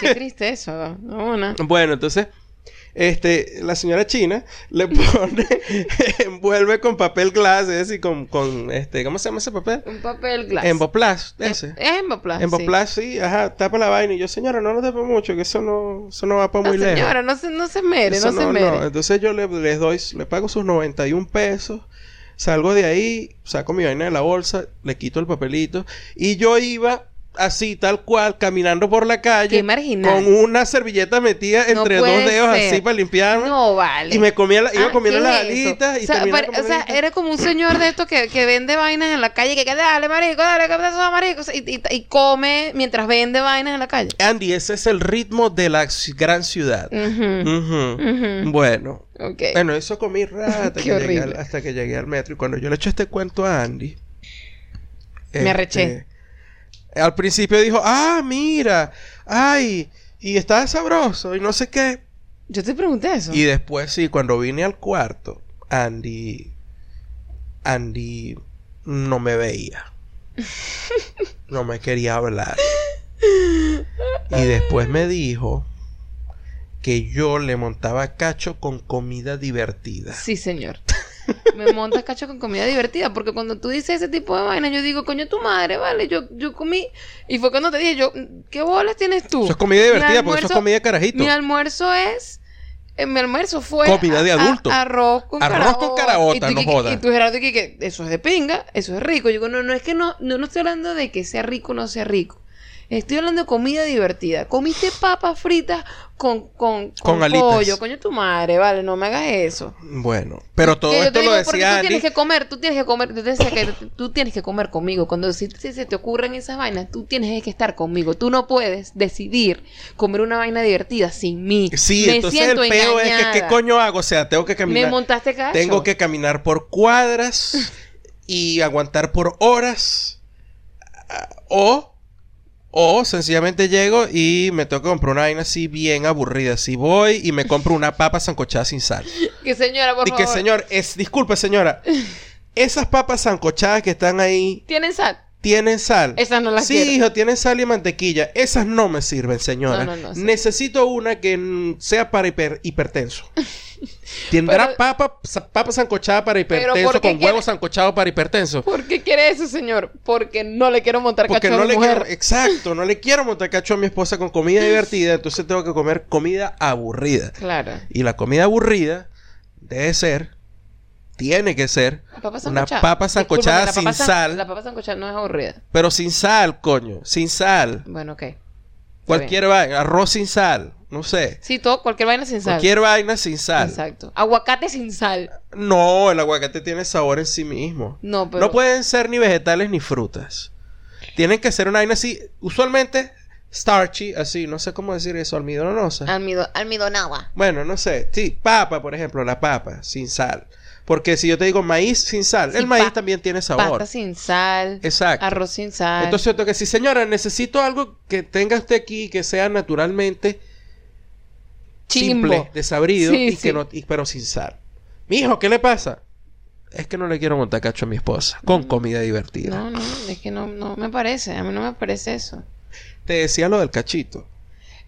Speaker 2: qué triste eso. ¿no? No, una.
Speaker 1: Bueno, entonces, este, la señora china le pone, envuelve con papel glass, es decir, con, con, este, ¿cómo se llama ese papel?
Speaker 2: Un papel glass.
Speaker 1: Emboplas,
Speaker 2: Em-
Speaker 1: ese.
Speaker 2: Es Emboplas.
Speaker 1: Emboplas, sí, ajá, tapa la vaina. Y yo, señora, no lo tape mucho, que eso no, eso no va para muy lejos.
Speaker 2: Señora, no se, no se mere,
Speaker 1: Eso
Speaker 2: no, se mere.
Speaker 1: Entonces yo le, les doy, le pago sus 91 pesos, salgo de ahí, saco mi vaina de la bolsa, le quito el papelito y yo iba así, tal cual, caminando por la calle
Speaker 2: Qué marginal.
Speaker 1: con una servilleta metida
Speaker 2: No
Speaker 1: entre dos
Speaker 2: puede
Speaker 1: dedos
Speaker 2: ser.
Speaker 1: así para limpiarme.
Speaker 2: No vale.
Speaker 1: Y me comía la, iba
Speaker 2: Ah,
Speaker 1: comiendo
Speaker 2: ¿qué
Speaker 1: las
Speaker 2: es eso?
Speaker 1: alitas y
Speaker 2: o sea,
Speaker 1: terminaba
Speaker 2: pare-
Speaker 1: comiendo
Speaker 2: o sea,
Speaker 1: alitas.
Speaker 2: era como un señor de estos que, que vende vainas en la calle que, que dale marico, dale que eso marico o sea, y, y- y come mientras vende vainas en la calle.
Speaker 1: Andy, ese es el ritmo de la ci- gran ciudad.
Speaker 2: Ujú,
Speaker 1: Ujú. Eh,
Speaker 2: ujú.
Speaker 1: Bueno,
Speaker 2: Ok.
Speaker 1: Mm. bueno, eso comí rata hasta,
Speaker 2: Qué
Speaker 1: que llegué al,
Speaker 2: horrible.
Speaker 1: hasta que llegué al metro. Y cuando yo le eché este cuento a Andy, este,
Speaker 2: Me arreché.
Speaker 1: Al principio dijo, ah, mira, ay, y estaba sabroso, y no sé qué.
Speaker 2: Yo te pregunté eso.
Speaker 1: Y después, sí, cuando vine al cuarto, Andy. Andy no me veía. No me quería hablar. Y después me dijo que yo le montaba cacho con comida divertida.
Speaker 2: Sí, señor. Me montas cacho con comida divertida, porque cuando tú dices ese tipo de vainas, yo digo, coño, tu madre, vale, yo, yo comí. Y fue cuando te dije, yo, ¿qué bolas tienes tú?
Speaker 1: Eso es comida
Speaker 2: Mi
Speaker 1: divertida porque eso es
Speaker 2: almuerzo-
Speaker 1: comida de carajito.
Speaker 2: Mi almuerzo es. eh, mi almuerzo fue.
Speaker 1: Comida de
Speaker 2: a- a-
Speaker 1: adulto.
Speaker 2: arroz con
Speaker 1: Arroz con
Speaker 2: caraota.
Speaker 1: caraota,
Speaker 2: Y tú
Speaker 1: no
Speaker 2: que-
Speaker 1: jodas.
Speaker 2: Y tú, Gerardo, que, que eso es de pinga, eso es rico. Yo digo, no, no es que no, no, no estoy hablando de que sea rico o no sea rico. Estoy hablando de comida divertida. Comiste papas fritas con, con,
Speaker 1: Con alitas.
Speaker 2: pollo. Coño, tu madre, vale, no me hagas eso.
Speaker 1: Bueno, pero todo
Speaker 2: Que yo
Speaker 1: esto
Speaker 2: te
Speaker 1: lo
Speaker 2: digo, porque
Speaker 1: decía
Speaker 2: Tú
Speaker 1: Ali.
Speaker 2: tienes que comer, tú tienes que comer. Yo te decía que tú tienes que comer conmigo. Cuando si, si se te ocurren esas vainas, tú tienes que estar conmigo. Tú no puedes decidir comer una vaina divertida sin mí.
Speaker 1: Sí,
Speaker 2: me
Speaker 1: entonces el
Speaker 2: siento
Speaker 1: peo es que ¿qué
Speaker 2: engañada.
Speaker 1: coño hago? O sea, tengo que caminar.
Speaker 2: Me montaste cacho.
Speaker 1: Tengo que caminar por cuadras y aguantar por horas. Ah, O, o sencillamente llego y me tengo que comprar una vaina así bien aburrida. Si voy y me compro una papa sancochada sin sal.
Speaker 2: Que señora, por
Speaker 1: y que
Speaker 2: favor.
Speaker 1: señor, es, disculpe señora, esas papas sancochadas que están ahí
Speaker 2: ¿Tienen sal?
Speaker 1: tienen sal.
Speaker 2: Esas no las
Speaker 1: sí,
Speaker 2: quiero.
Speaker 1: hijo, tienen sal y mantequilla. Esas no me sirven, señora.
Speaker 2: No, no, no, sí.
Speaker 1: Necesito una que mm, sea para hiper- hipertenso. ¿Tendrá
Speaker 2: Pero-
Speaker 1: papa, sa- papa sancochada para hipertenso con
Speaker 2: ¿por qué
Speaker 1: huevo
Speaker 2: quiere-
Speaker 1: sancochado para hipertenso?
Speaker 2: ¿Por qué quiere eso, señor? Porque no le quiero montar
Speaker 1: Porque
Speaker 2: cacho
Speaker 1: no
Speaker 2: a mi
Speaker 1: le
Speaker 2: mujer.
Speaker 1: quiero, eh, exacto, no le quiero montar cacho a mi esposa con comida divertida, entonces tengo que comer comida aburrida.
Speaker 2: Claro.
Speaker 1: Y la comida aburrida debe ser, tiene que ser,
Speaker 2: Papas
Speaker 1: una
Speaker 2: sancochadas.
Speaker 1: papa sancochada
Speaker 2: Discúlpame, la
Speaker 1: sin
Speaker 2: papa san-
Speaker 1: sal,
Speaker 2: La papa sancochada no es aburrida.
Speaker 1: pero sin sal, coño, sin sal.
Speaker 2: Bueno, ok. Está
Speaker 1: Cualquier vaina, arroz sin sal, no sé.
Speaker 2: bien. Sí, todo, cualquier vaina sin sal.
Speaker 1: Cualquier vaina sin sal.
Speaker 2: Exacto. Aguacate sin sal.
Speaker 1: No, el aguacate tiene sabor en sí mismo.
Speaker 2: No, pero.
Speaker 1: No pueden ser ni vegetales ni frutas. Tienen que ser una vaina así, usualmente starchy, así, no sé cómo decir eso, almidonosa.
Speaker 2: Almido-
Speaker 3: Almidonaba.
Speaker 1: Bueno, no sé. Sí, papa, por ejemplo, la papa, sin sal. Porque si yo te digo maíz sin sal,
Speaker 2: Sí,
Speaker 1: el maíz
Speaker 2: pa-
Speaker 1: también tiene sabor.
Speaker 2: Pasta sin sal.
Speaker 1: Exacto.
Speaker 2: Arroz sin sal.
Speaker 1: Entonces yo tengo que decir, señora, necesito algo que tenga usted aquí, que sea naturalmente
Speaker 2: Chimbo.
Speaker 1: simple, desabrido,
Speaker 2: Sí,
Speaker 1: y
Speaker 2: sí.
Speaker 1: que no, y- pero sin sal. Mijo, ¿qué le pasa? Es que no le quiero montar cacho a mi esposa, con comida divertida.
Speaker 2: No, no, es que no, no me parece. A mí no me parece eso.
Speaker 1: Te decía lo del cachito.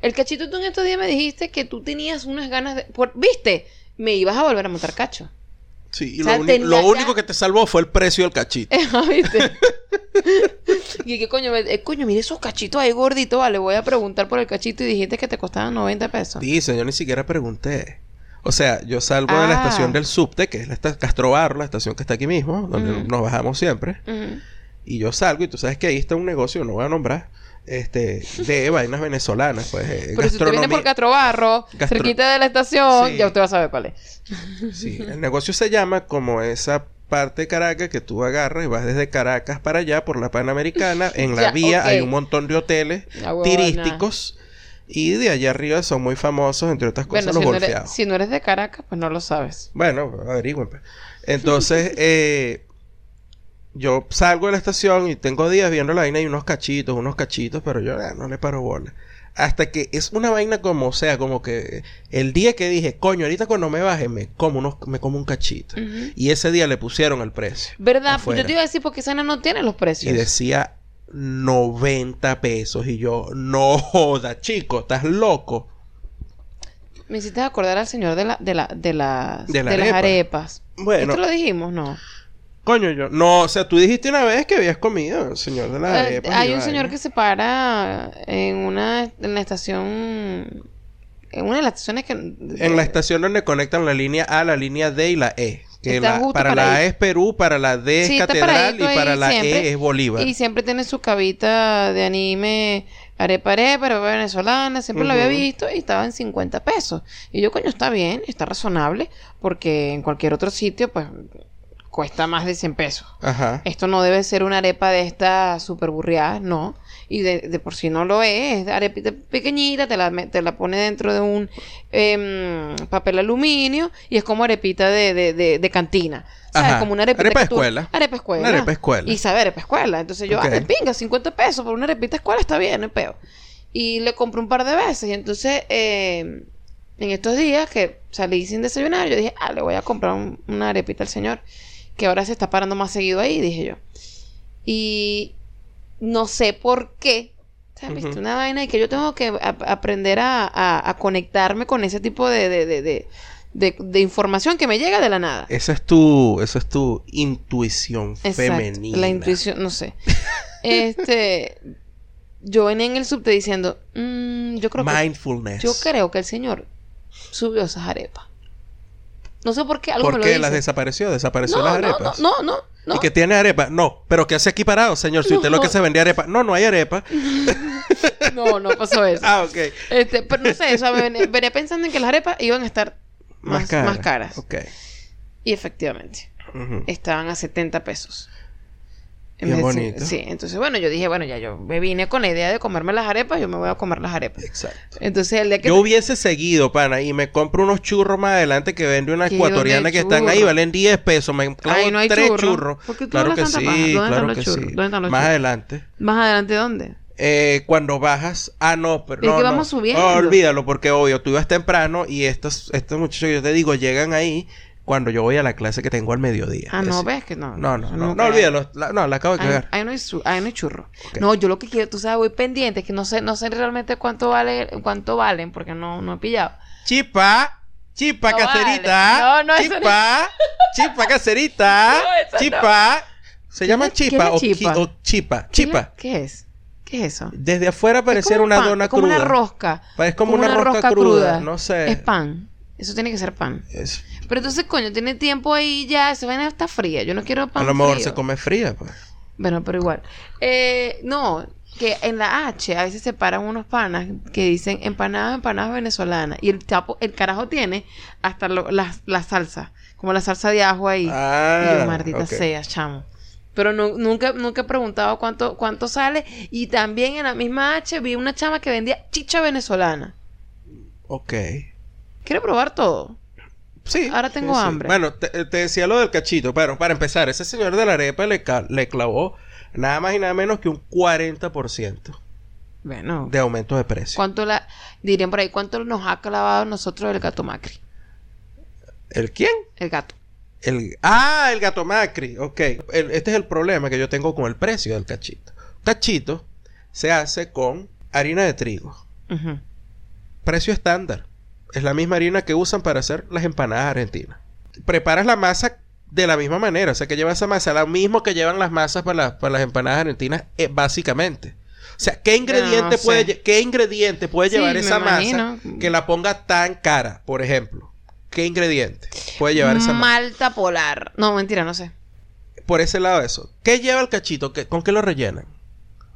Speaker 2: El cachito, tú en estos días me dijiste que tú tenías unas ganas de. por- ¿Viste? Me ibas a volver a montar cacho.
Speaker 1: Sí, y
Speaker 2: O sea,
Speaker 1: lo, uni- lo
Speaker 2: tenía
Speaker 1: único
Speaker 2: ya-
Speaker 1: que te salvó fue el precio del cachito.
Speaker 2: ¿Viste? y que coño, me- eh, coño, mira esos cachitos ahí gorditos, vale, voy a preguntar por el cachito y dijiste que te costaban 90 pesos.
Speaker 1: Dice, yo ni siquiera pregunté. O sea, yo salgo de la
Speaker 2: Ah.
Speaker 1: estación del subte, que es la esta- Castrobarro, la estación que está aquí mismo, donde
Speaker 2: Ujú.
Speaker 1: nos bajamos siempre.
Speaker 2: Ujú.
Speaker 1: Y yo salgo y tú sabes que ahí está un negocio, no voy a nombrar, este, de vainas venezolanas, pues, eh,
Speaker 2: Pero si tú vienes por Catrobarro,
Speaker 1: Gastro-
Speaker 2: cerquita de la estación,
Speaker 1: Sí.
Speaker 2: ya usted va a saber cuál es.
Speaker 1: Sí, el negocio se llama como esa parte de Caracas que tú agarras y vas desde Caracas para allá por la Panamericana. En la
Speaker 2: Ya,
Speaker 1: vía
Speaker 2: ok.
Speaker 1: hay un montón de hoteles
Speaker 2: La huevona.
Speaker 1: turísticos y de allá arriba son muy famosos, entre otras cosas,
Speaker 2: Bueno,
Speaker 1: los
Speaker 2: si no, eres,
Speaker 1: golfeados.
Speaker 2: si no eres de Caracas, pues no lo sabes.
Speaker 1: Bueno, averigüen. pues. Entonces, eh, yo salgo de la estación y tengo días viendo la vaina y unos cachitos, unos cachitos, pero yo ah, no le paro bola. Hasta que es una vaina como, o sea, como que el día que dije, coño, ahorita cuando me baje me como, unos, me como un cachito.
Speaker 2: Ujú.
Speaker 1: Y ese día le pusieron el precio.
Speaker 2: ¿Verdad? Pues
Speaker 1: Afuera.
Speaker 2: Yo te iba a decir porque Sana no tiene los precios.
Speaker 1: Y decía 90 pesos. Y yo, no joda, chico, estás loco.
Speaker 2: Me hiciste acordar al señor de, la, de, la, de, las,
Speaker 1: De la
Speaker 2: de las
Speaker 1: arepa.
Speaker 2: arepas.
Speaker 1: Bueno.
Speaker 2: Esto lo dijimos, ¿no?
Speaker 1: Coño, yo. No, o sea, tú dijiste una vez que habías comido, señor de la
Speaker 2: Eh,
Speaker 1: arepa.
Speaker 2: hay un señor que se para en una en la estación en una de las estaciones que
Speaker 1: En la estación donde conectan la línea A, la línea D y la E. Que
Speaker 2: Está
Speaker 1: la-
Speaker 2: justo
Speaker 1: para,
Speaker 2: para
Speaker 1: la A
Speaker 2: ahí.
Speaker 1: es Perú, para la D es
Speaker 2: Sí, está
Speaker 1: Catedral y
Speaker 2: paradito ahí
Speaker 1: para la E
Speaker 2: siempre.
Speaker 1: es Bolívar.
Speaker 2: y siempre tiene su cabita de anime arepa arepa, arepa venezolana, siempre lo había
Speaker 1: Ujú.
Speaker 2: visto y estaba en 50 pesos. Y yo, coño, está bien, está razonable, porque en cualquier otro sitio, pues, cuesta más de 100 pesos.
Speaker 1: Ajá.
Speaker 2: Esto no debe ser una arepa de estas super burriadas, no. Y de, de por si no lo es, es arepita pequeñita, te la, me- te la pone dentro de un em, papel aluminio y es como arepita de, de, de, de cantina. ¿Sabes?
Speaker 1: Ajá.
Speaker 2: Como una arepita.
Speaker 1: Arepa
Speaker 2: que tú-
Speaker 1: escuela.
Speaker 2: Arepa escuela.
Speaker 1: Una arepa escuela.
Speaker 2: Y sabe arepa escuela. Entonces yo,
Speaker 1: Ok.
Speaker 2: ah, me pinga, 50 pesos por una arepita escuela está bien, no hay peo. Y le compré un par de veces. Y entonces, em, en estos días que salí sin desayunar, yo dije, ah, le voy a comprar un- una arepita al señor, que ahora se está parando más seguido ahí, dije yo. Y no sé por qué. O sea, ¿viste?
Speaker 1: Ujú.
Speaker 2: Una vaina y que yo tengo que ap- aprender a, a- a conectarme con ese tipo de, de, de, de, de- de información que me llega de la nada.
Speaker 1: Esa es tu, esa es tu intuición
Speaker 2: Exacto.
Speaker 1: femenina.
Speaker 2: La intuición, no sé. este, yo venía en el subte diciendo, "Mm, yo creo que
Speaker 1: Mindfulness.
Speaker 2: yo creo que el señor subió esas arepas. No sé por qué algo
Speaker 1: ¿Por
Speaker 2: me lo
Speaker 1: qué
Speaker 2: dice.
Speaker 1: las desapareció? ¿Desapareció
Speaker 2: no,
Speaker 1: las
Speaker 2: no,
Speaker 1: arepas?
Speaker 2: No, no, no.
Speaker 1: ¿Y que tiene arepa? No. ¿Pero qué hace aquí parado, señor? Si usted lo que se vendía arepa. No, no hay arepa.
Speaker 2: No, no pasó eso.
Speaker 1: Ah, ok.
Speaker 2: Este, pero no sé, o sea, ven- venía pensando en que las arepas iban a estar
Speaker 1: Más,
Speaker 2: Más-
Speaker 1: caras.
Speaker 2: más caras.
Speaker 1: Ok.
Speaker 2: y efectivamente
Speaker 1: Ujú.
Speaker 2: estaban a 70 pesos.
Speaker 1: Bien
Speaker 2: vez de-
Speaker 1: bonito.
Speaker 2: Sí, entonces bueno, yo dije, bueno, ya yo me vine con la idea de comerme las arepas, yo me voy a comer las arepas.
Speaker 1: Exacto.
Speaker 2: Entonces el día que
Speaker 1: Yo hubiese seguido, pana, y me compro unos churros más adelante que vende una
Speaker 2: Sí, ¿dónde hay
Speaker 1: ecuatoriana que están
Speaker 2: churros?
Speaker 1: ahí, valen 10 pesos. Me clavo
Speaker 2: Ay, no hay
Speaker 1: tres
Speaker 2: churros.
Speaker 1: churros.
Speaker 2: ¿Por qué tú
Speaker 1: Claro
Speaker 2: hablas
Speaker 1: que
Speaker 2: tanta
Speaker 1: sí,
Speaker 2: paja? ¿Dónde están
Speaker 1: claro
Speaker 2: los
Speaker 1: que sí.
Speaker 2: churros? ¿Dónde están los
Speaker 1: Más
Speaker 2: churros?
Speaker 1: adelante.
Speaker 2: más adelante dónde?
Speaker 1: Eh, cuando bajas, ah, no, pero
Speaker 2: Es
Speaker 1: no,
Speaker 2: que
Speaker 1: no.
Speaker 2: vamos subiendo.
Speaker 1: No, olvídalo, porque obvio, tú ibas temprano y estos, estos muchachos que yo te digo llegan ahí cuando yo voy a la clase que tengo al mediodía.
Speaker 2: Ah,
Speaker 1: Es
Speaker 2: no,
Speaker 1: decir,
Speaker 2: ves que no.
Speaker 1: No, no, no, no,
Speaker 2: nunca-
Speaker 1: olvídalo. La- no, la acabo de
Speaker 2: Ahí,
Speaker 1: cagar.
Speaker 2: ahí no hay su- ahí no hay churro.
Speaker 1: Ok.
Speaker 2: No, yo lo que quiero, tú sabes, voy pendiente, es que no sé, no sé realmente cuánto vale, cuánto valen, porque no, no he pillado.
Speaker 1: Chipa, chipa
Speaker 2: No
Speaker 1: caserita.
Speaker 2: vale. No, no, eso no.
Speaker 1: chipa, chipa caserita.
Speaker 2: No, eso no.
Speaker 1: chipa. Se
Speaker 2: ¿Qué
Speaker 1: llama
Speaker 2: es- qué es
Speaker 1: chipa
Speaker 2: la
Speaker 1: o, qui-
Speaker 2: chipa?
Speaker 1: o chipa.
Speaker 2: ¿Qué es la-
Speaker 1: Chipa.
Speaker 2: ¿Qué es? ¿Qué es eso?
Speaker 1: Desde afuera
Speaker 2: Es
Speaker 1: pareciera
Speaker 2: como
Speaker 1: una
Speaker 2: un pan,
Speaker 1: dona
Speaker 2: es como
Speaker 1: cruda.
Speaker 2: una rosca.
Speaker 1: Pa- Es como, una, rosca, cruda. No sé.
Speaker 2: Es pan. Eso tiene que ser pan.
Speaker 1: Es-
Speaker 2: Pero entonces, coño, tiene tiempo ahí ya. Esa vaina está fría. Yo no quiero pan
Speaker 1: a lo mejor
Speaker 2: frío.
Speaker 1: se come fría, pues.
Speaker 2: Bueno, pero igual. Eh, no, que en la H a veces se paran unos panas que dicen empanadas, empanadas venezolanas. Y el chapo, el carajo tiene hasta lo- las- la, salsa. Como la salsa de ajo ahí. y
Speaker 1: Ah,
Speaker 2: yo, maldita
Speaker 1: ok.
Speaker 2: sea, chamo. Pero nu- nunca, nunca he preguntado cuánto, cuánto sale. Y también en la misma H vi una chama que vendía chicha venezolana.
Speaker 1: Ok.
Speaker 2: Quiero probar todo.
Speaker 1: Sí.
Speaker 2: Ahora tengo
Speaker 1: sí, sí.
Speaker 2: hambre.
Speaker 1: Bueno, te, te decía lo del cachito, pero para empezar, ese señor de la arepa le, ca- le clavó nada más y nada menos que un 40%
Speaker 2: Bueno.
Speaker 1: de aumento de precio.
Speaker 2: ¿Cuánto la... Dirían por ahí, ¿cuánto nos ha clavado a nosotros el gato Macri?
Speaker 1: ¿El quién?
Speaker 2: El gato.
Speaker 1: El, ah, el gato Macri. Ok. El- este es el problema que yo tengo con el precio del cachito. Cachito se hace con harina de trigo.
Speaker 2: Ujú.
Speaker 1: Precio estándar. Es la misma harina que usan para hacer las empanadas argentinas. Preparas la masa de la misma manera. O sea, que lleva esa masa. Lo mismo que llevan las masas para, la- para las empanadas argentinas, eh, básicamente. O sea, ¿qué ingrediente,
Speaker 2: sé.
Speaker 1: puede, lle- ¿qué ingrediente puede
Speaker 2: Sí,
Speaker 1: llevar
Speaker 2: me
Speaker 1: esa masa
Speaker 2: imagino.
Speaker 1: que la ponga tan cara, por ejemplo? ¿Qué ingrediente puede llevar esa masa?
Speaker 2: Malta polar. No, mentira, no sé.
Speaker 1: Por ese lado eso. ¿Qué lleva el cachito? ¿Qué- ¿Con qué lo rellenan?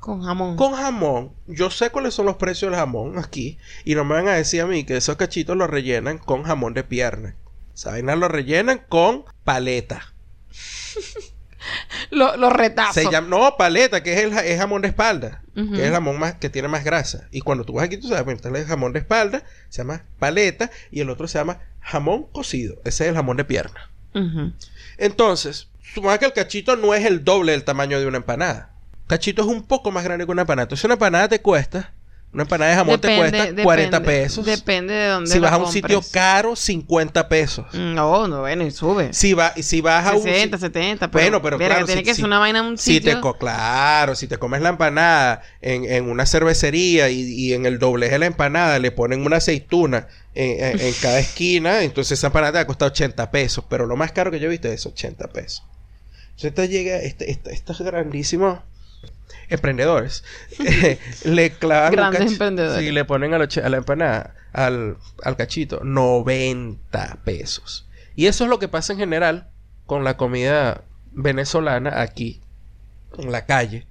Speaker 2: Con jamón.
Speaker 1: Con jamón. Yo sé cuáles son los precios del jamón aquí. Y no me van a decir a mí que esos cachitos los rellenan con jamón de pierna. Saben, lo rellenan con paleta.
Speaker 2: Lo- Los retazos.
Speaker 1: Se llama, no, paleta, que es el ja- es jamón de espalda.
Speaker 2: Ujú.
Speaker 1: Que es el jamón más, que tiene más grasa. Y cuando tú vas aquí, tú sabes, bueno, este es el jamón de espalda, se llama paleta. Y el otro se llama jamón cocido. Ese es el jamón de pierna.
Speaker 2: Ujú.
Speaker 1: Entonces, supongamos que el cachito no es el doble del tamaño de una empanada. Cachito es un poco más grande que una empanada. Entonces, una empanada te cuesta, una empanada de jamón te cuesta 40
Speaker 2: depende-
Speaker 1: pesos.
Speaker 2: Depende de dónde
Speaker 1: Si
Speaker 2: la Mm.
Speaker 1: vas a un sitio
Speaker 2: compres.
Speaker 1: caro, 50 pesos.
Speaker 2: No, no, bueno, y sube.
Speaker 1: Si, va, y si vas a un
Speaker 2: 60,
Speaker 1: si-
Speaker 2: 70. Pero,
Speaker 1: Bueno, pero
Speaker 2: verga,
Speaker 1: claro,
Speaker 2: tiene
Speaker 1: si-
Speaker 2: que
Speaker 1: si-
Speaker 2: ser una vaina en un
Speaker 1: si
Speaker 2: sitio.
Speaker 1: te co- claro, si te comes la empanada en, en una cervecería y, y en el doblez de la empanada le ponen una aceituna en, en- en cada esquina, entonces esa empanada te va a costar 80 pesos, pero lo más caro que yo he visto es 80 pesos. Entonces te llega este- este- estos grandísimos emprendedores le clavan un
Speaker 2: Grandes
Speaker 1: cachi-
Speaker 2: emprendedores.
Speaker 1: sí, le ponen a la, che- a la empanada al, al cachito 90 pesos. Y eso es lo que pasa en general con la comida venezolana aquí en la calle.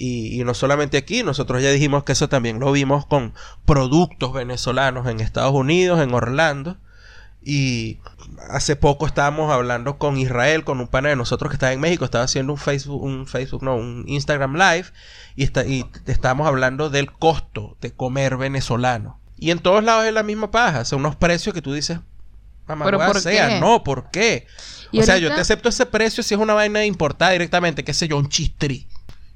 Speaker 1: Y, y no solamente aquí, nosotros ya dijimos que eso también lo vimos con productos venezolanos en Estados Unidos, en Orlando. Y hace poco estábamos hablando con Israel, con un pana de nosotros que estaba en México, estaba haciendo un Facebook, un Facebook, no, un Instagram Live, y, está, y estábamos hablando del costo de comer venezolano. Y en todos lados es la misma paja, son unos precios que tú dices, mamá,
Speaker 2: ¿Pero por
Speaker 1: sea,
Speaker 2: qué?
Speaker 1: no, Oh, ¿por qué?
Speaker 2: Y
Speaker 1: o sea,
Speaker 2: ahorita-
Speaker 1: yo te acepto ese precio si es una vaina importada directamente, qué sé yo, un chistri.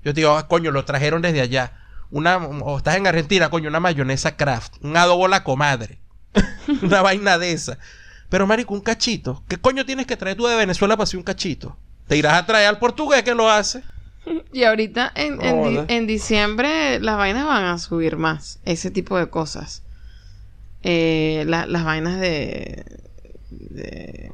Speaker 1: Yo te digo, ah, coño, lo trajeron desde allá. Una, o estás en Argentina, coño, una mayonesa craft, un adobo la comadre. una vaina de esa. Pero, marico, un cachito. ¿Qué coño tienes que traer tú de Venezuela para hacer un cachito? Te irás a traer al portugués que lo hace.
Speaker 2: Y ahorita en,
Speaker 1: No,
Speaker 2: en di-
Speaker 1: ¿verdad?
Speaker 2: en diciembre las vainas van a subir más. Ese tipo de cosas. Eh, la- las vainas de, de-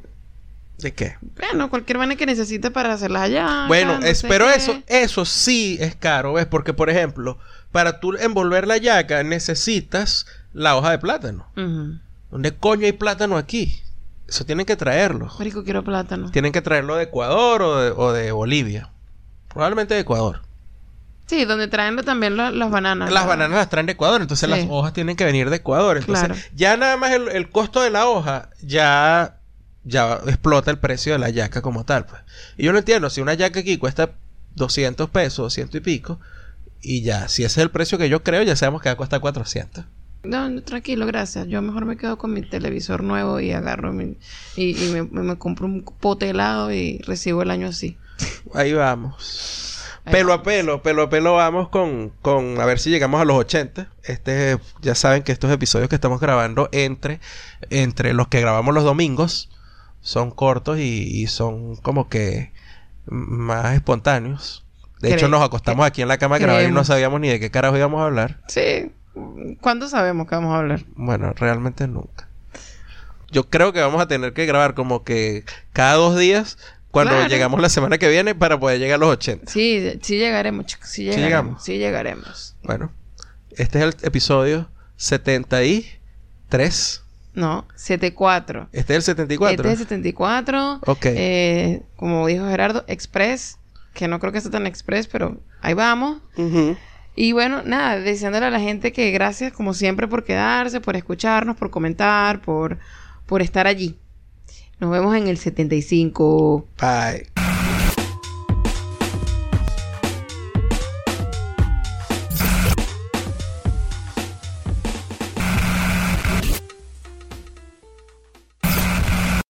Speaker 1: ¿De qué?
Speaker 2: Bueno, cualquier vaina que necesites para hacerlas allá.
Speaker 1: Bueno,
Speaker 2: acá, no
Speaker 1: es-
Speaker 2: sé
Speaker 1: pero
Speaker 2: qué.
Speaker 1: eso, eso sí es caro, ¿ves? Porque, por ejemplo, para tú envolver la yaca necesitas la hoja de plátano.
Speaker 2: Ujú.
Speaker 1: ¿Dónde coño hay plátano aquí? Eso tienen que traerlo.
Speaker 2: Marico, quiero plátano.
Speaker 1: Tienen que traerlo de Ecuador o de, o de Bolivia. Probablemente de Ecuador.
Speaker 2: Sí, donde traen lo- también lo- las bananas.
Speaker 1: Las
Speaker 2: ¿no?
Speaker 1: bananas las traen de Ecuador, entonces
Speaker 2: Sí.
Speaker 1: las hojas tienen que venir de Ecuador. Entonces,
Speaker 2: Claro.
Speaker 1: ya nada más el, el costo de la hoja ya, ya explota el precio de la yaca como tal. Pues. Y yo lo entiendo, si una yaca aquí cuesta 200 pesos, 200 y pico, y ya, si ese es el precio que yo creo, ya sabemos que va a costar 400.
Speaker 2: No, no, tranquilo, gracias. Yo mejor me quedo con mi televisor nuevo y agarro mi... Y, y me, me- me compro un pote helado y recibo el año así.
Speaker 1: Ahí vamos.
Speaker 2: Ahí
Speaker 1: Pelo a pelo, pelo a pelo vamos con, con a ver si llegamos a los 80. Este, ya saben que estos episodios que estamos grabando entre, entre los que grabamos los domingos son cortos y, y son como que más espontáneos. De hecho,
Speaker 2: Cre-
Speaker 1: nos acostamos aquí en la cama a grabar y no
Speaker 2: creemos.
Speaker 1: sabíamos ni de qué carajo íbamos a hablar.
Speaker 2: Sí. ¿Cuándo sabemos que vamos a hablar?
Speaker 1: Bueno, realmente nunca. Yo creo que vamos a tener que grabar como que cada dos días cuando
Speaker 2: Claro.
Speaker 1: llegamos la semana que viene para poder llegar a los 80.
Speaker 2: Sí, sí llegaremos, chicos. Sí llegaremos.
Speaker 1: llegamos.
Speaker 2: Sí llegaremos.
Speaker 1: Bueno, este es el episodio 73.
Speaker 2: No, 74.
Speaker 1: Este es el 74.
Speaker 2: Este es 74.
Speaker 1: Ok.
Speaker 2: Eh, como dijo Gerardo, Express. Que no creo que sea tan Express, pero ahí vamos.
Speaker 1: Ujú.
Speaker 2: Y bueno, nada, deseándole a la gente que gracias como siempre por quedarse, por escucharnos, por comentar, por, por estar allí. Nos vemos en el 75.
Speaker 1: Bye.